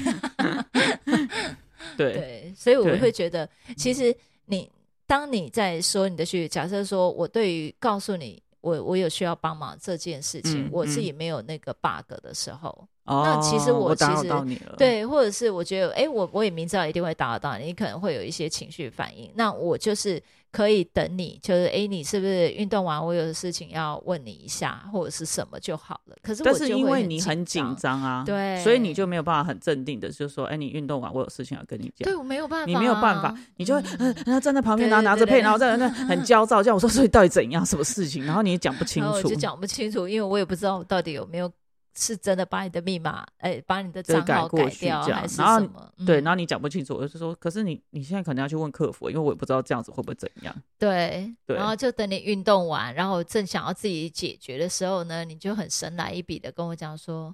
[SPEAKER 1] 对
[SPEAKER 2] 对，所以我
[SPEAKER 1] 对
[SPEAKER 2] 会觉得，其实你当你在说你的需求，假设说我对于告诉你我我有需要帮忙这件事情，
[SPEAKER 1] 嗯
[SPEAKER 2] 我自己没有那个 bug 的时候，
[SPEAKER 1] 哦，
[SPEAKER 2] 其实我
[SPEAKER 1] 我打
[SPEAKER 2] 其
[SPEAKER 1] 扰
[SPEAKER 2] 实
[SPEAKER 1] 到你了，，
[SPEAKER 2] 对，或者是我觉得，哎，我我也明知道一定会打扰到你，你可能会有一些情绪反应，那我就是可以等你，就是哎，你是不是运动完，我有的事情要问你一下，或者是什么就好了。可是
[SPEAKER 1] 但
[SPEAKER 2] 我
[SPEAKER 1] 是
[SPEAKER 2] 就
[SPEAKER 1] 因
[SPEAKER 2] 会
[SPEAKER 1] 为你很紧
[SPEAKER 2] 紧，
[SPEAKER 1] 张啊，，
[SPEAKER 2] 对，
[SPEAKER 1] 所以你就没有办法很镇定的，就说，哎，你运动完，我有事情要跟你讲
[SPEAKER 2] 对。我没有办法啊，
[SPEAKER 1] 你没有办法，你就会
[SPEAKER 2] 嗯
[SPEAKER 1] 嗯，然后站在旁边，
[SPEAKER 2] 对
[SPEAKER 1] 然后
[SPEAKER 2] 对
[SPEAKER 1] 拿着
[SPEAKER 2] 对
[SPEAKER 1] 配，
[SPEAKER 2] 对
[SPEAKER 1] 然后在那很
[SPEAKER 2] (laughs)
[SPEAKER 1] 焦躁，叫我说，所以到底怎样，什么事情？然后你也讲不清
[SPEAKER 2] 然后我
[SPEAKER 1] 楚
[SPEAKER 2] 就，讲不清楚，因为我也不知道我到底有没有是真的把你的密码，哎、把你的
[SPEAKER 1] 就是
[SPEAKER 2] 账
[SPEAKER 1] 改
[SPEAKER 2] 号
[SPEAKER 1] 过
[SPEAKER 2] 改
[SPEAKER 1] 去
[SPEAKER 2] 掉
[SPEAKER 1] 这
[SPEAKER 2] 还
[SPEAKER 1] 样
[SPEAKER 2] 是
[SPEAKER 1] 然后
[SPEAKER 2] 什么？
[SPEAKER 1] 对，
[SPEAKER 2] 嗯
[SPEAKER 1] 然后你讲不清楚，我就说，可是你你现在可能要去问客服，因为我也不知道这样子会不会怎样。
[SPEAKER 2] 对，
[SPEAKER 1] 对
[SPEAKER 2] 然后就等你运动完，然后正想要自己解决的时候呢，你就很神来一笔的跟我讲说。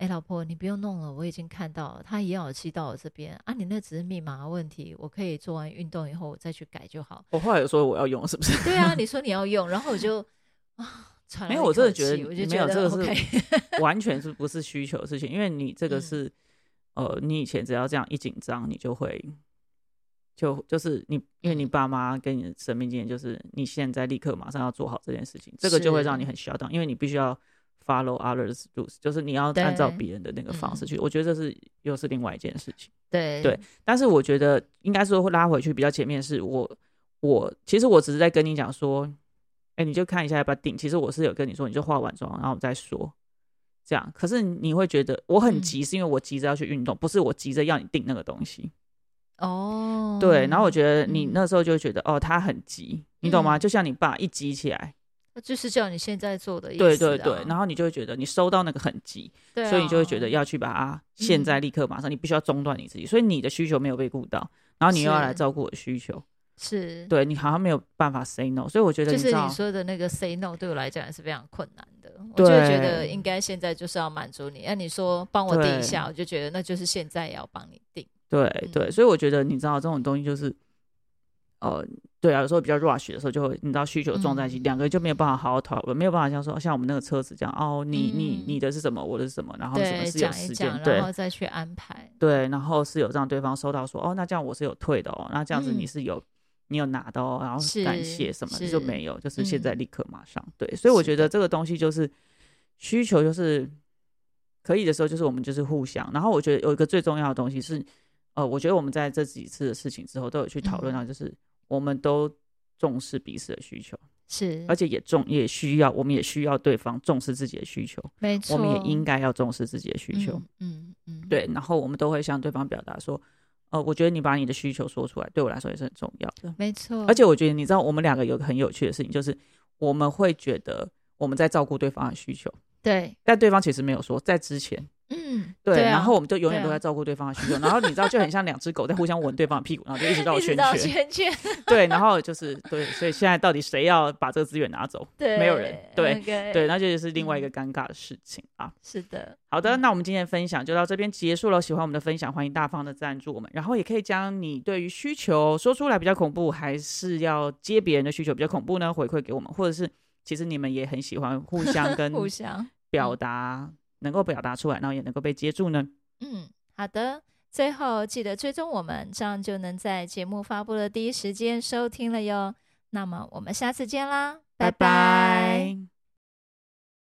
[SPEAKER 2] 哎，老婆，你不用弄了，我已经看到了，他一样有寄到我这边啊。你那只是密码问题，我可以做完运动以后我再去改
[SPEAKER 1] (laughs)
[SPEAKER 2] 就好。
[SPEAKER 1] 我后来有说我要用，是不是？ (laughs)
[SPEAKER 2] 对啊，你说你要用，然后我就啊，喘了
[SPEAKER 1] 没有
[SPEAKER 2] 一
[SPEAKER 1] 我真的
[SPEAKER 2] 口
[SPEAKER 1] 觉得
[SPEAKER 2] 气我就
[SPEAKER 1] 没
[SPEAKER 2] 觉
[SPEAKER 1] 有
[SPEAKER 2] 得
[SPEAKER 1] 这个是
[SPEAKER 2] OK，
[SPEAKER 1] 完全是不是需求的事情，因为你这
[SPEAKER 2] 嗯
[SPEAKER 1] 个是，呃，你以前只要这样一紧张，你就会，就就是你，因为你
[SPEAKER 2] 嗯
[SPEAKER 1] 爸妈跟你的生命经验就是，你现在立刻马上要做好这件事情，这个就会让你
[SPEAKER 2] 是
[SPEAKER 1] 很 shut down，因为你必须要 follow others rules，就是你要按照
[SPEAKER 2] 对
[SPEAKER 1] 别人的那个方式
[SPEAKER 2] 嗯
[SPEAKER 1] 去。我觉得这是又是另外一件事情，
[SPEAKER 2] (laughs) 对
[SPEAKER 1] 对但是我觉得应该说会拉回去比较前面是我，我其实我只是在跟你讲说。哎、你就看一下要不要定。其实我是有跟你说，你就化完妆，然后我们再说。这样，可是你会觉得我很
[SPEAKER 2] 嗯
[SPEAKER 1] 急，是因为我急着要去运动，不是我急着要你定那个东西。
[SPEAKER 2] 哦，
[SPEAKER 1] 对，然后我觉得你
[SPEAKER 2] 嗯
[SPEAKER 1] 那时候就会觉得，哦，他很急，你懂吗？
[SPEAKER 2] 嗯
[SPEAKER 1] 就像你爸一急起来，
[SPEAKER 2] 那就是叫你现在做的意思、啊。
[SPEAKER 1] 对对对，然后你就会觉得你收到那个很急，
[SPEAKER 2] 对啊、
[SPEAKER 1] 所以你就会觉得要去把它现在
[SPEAKER 2] 嗯
[SPEAKER 1] 立刻马上，你必须要中断你自己，所以你的需求没有被顾到，然后你又要来
[SPEAKER 2] 是
[SPEAKER 1] 照顾我的需求，
[SPEAKER 2] 是，
[SPEAKER 1] 对你好像没有办法 say no，所以我觉得
[SPEAKER 2] 就
[SPEAKER 1] 你
[SPEAKER 2] 是
[SPEAKER 1] 知道
[SPEAKER 2] 你，说的那个 say no 对我来讲也是非常困难的。我就会觉得
[SPEAKER 1] 对
[SPEAKER 2] 应该现在就是要满足你，那你说帮我定一下，我就觉得那就是现在也要帮你定。
[SPEAKER 1] 对对，
[SPEAKER 2] 嗯
[SPEAKER 1] 所以我觉得你知道这种东西就是，呃，对啊，有时候比较 rush 的时候，就会你知道需求撞在一起，
[SPEAKER 2] 嗯
[SPEAKER 1] 两个人就没有办法好好讨论，没有办法像说像我们那个车子这样，哦，你你
[SPEAKER 2] 嗯嗯
[SPEAKER 1] 你的是什么，我的是什么，然后什么
[SPEAKER 2] 对，
[SPEAKER 1] 是有
[SPEAKER 2] 讲一
[SPEAKER 1] 时间
[SPEAKER 2] 讲，，
[SPEAKER 1] 对
[SPEAKER 2] 然后再去安排。
[SPEAKER 1] 对，然后是有让对方收到说，哦，那这样我是有退的哦，那这样子
[SPEAKER 2] 嗯
[SPEAKER 1] 你是有。你有拿到哦，然后
[SPEAKER 2] 是
[SPEAKER 1] 感谢什么
[SPEAKER 2] 是
[SPEAKER 1] 就没有，就是现在
[SPEAKER 2] 嗯
[SPEAKER 1] 立刻马上、对，所以我
[SPEAKER 2] 是
[SPEAKER 1] 觉
[SPEAKER 2] 的
[SPEAKER 1] 得这个东西就是需求，就是可以的时候，就是我们就是互相。然后我觉得有一个最重要的东西是，呃，我觉得我们在这几次的事情之后都有去讨论
[SPEAKER 2] 嗯
[SPEAKER 1] 到，就是我们都重视彼此的需求，
[SPEAKER 2] 是，
[SPEAKER 1] 而且也重也需要，我们也需要对方重视自己的需求，
[SPEAKER 2] 没错，
[SPEAKER 1] 我们也应该要重视自己的需求。
[SPEAKER 2] 嗯。嗯嗯，
[SPEAKER 1] 对，然后我们都会向对方表达说，呃，我觉得你把你的需求说出来，对我来说也是很重要的。
[SPEAKER 2] 没错。
[SPEAKER 1] 而且我觉得，你知道，我们两个有个很有趣的事情，就是我们会觉得我们在照顾对方的需求，
[SPEAKER 2] 对，
[SPEAKER 1] 但对方其实没有说，在之前
[SPEAKER 2] 嗯嗯，
[SPEAKER 1] 对，
[SPEAKER 2] 啊
[SPEAKER 1] 然后我们就永远都
[SPEAKER 2] 对啊
[SPEAKER 1] 在照顾对方的需求，然后你知道就很像两只狗在互相闻对方的屁股，然后就一直绕
[SPEAKER 2] (laughs) 一直
[SPEAKER 1] 圈
[SPEAKER 2] 绕
[SPEAKER 1] 圈，
[SPEAKER 2] 圈圈， (laughs)
[SPEAKER 1] 对，然后就是对，所以现在到底谁要把这个资源拿走？
[SPEAKER 2] 对，
[SPEAKER 1] 没有人对
[SPEAKER 2] (laughs) 对嗯
[SPEAKER 1] 对，，那这就是另外一个尴尬的事情啊。
[SPEAKER 2] 是的，
[SPEAKER 1] 好的，
[SPEAKER 2] 嗯
[SPEAKER 1] 那我们今天的分享就到这边结束了。喜欢我们的分享，欢迎大方的赞助我们，然后也可以将你对于需求说出来比较恐怖，还是要接别人的需求比较恐怖呢？回馈给我们，或者是其实你们也很喜欢互
[SPEAKER 2] (laughs)
[SPEAKER 1] 相跟
[SPEAKER 2] 互相，
[SPEAKER 1] 表达，能够表达出来，然后也能够被接住呢。
[SPEAKER 2] 嗯，好的。最后记得追踪我们，这样就能在节目发布的第一时间收听了哟。那么我们下次见啦，拜
[SPEAKER 1] 拜拜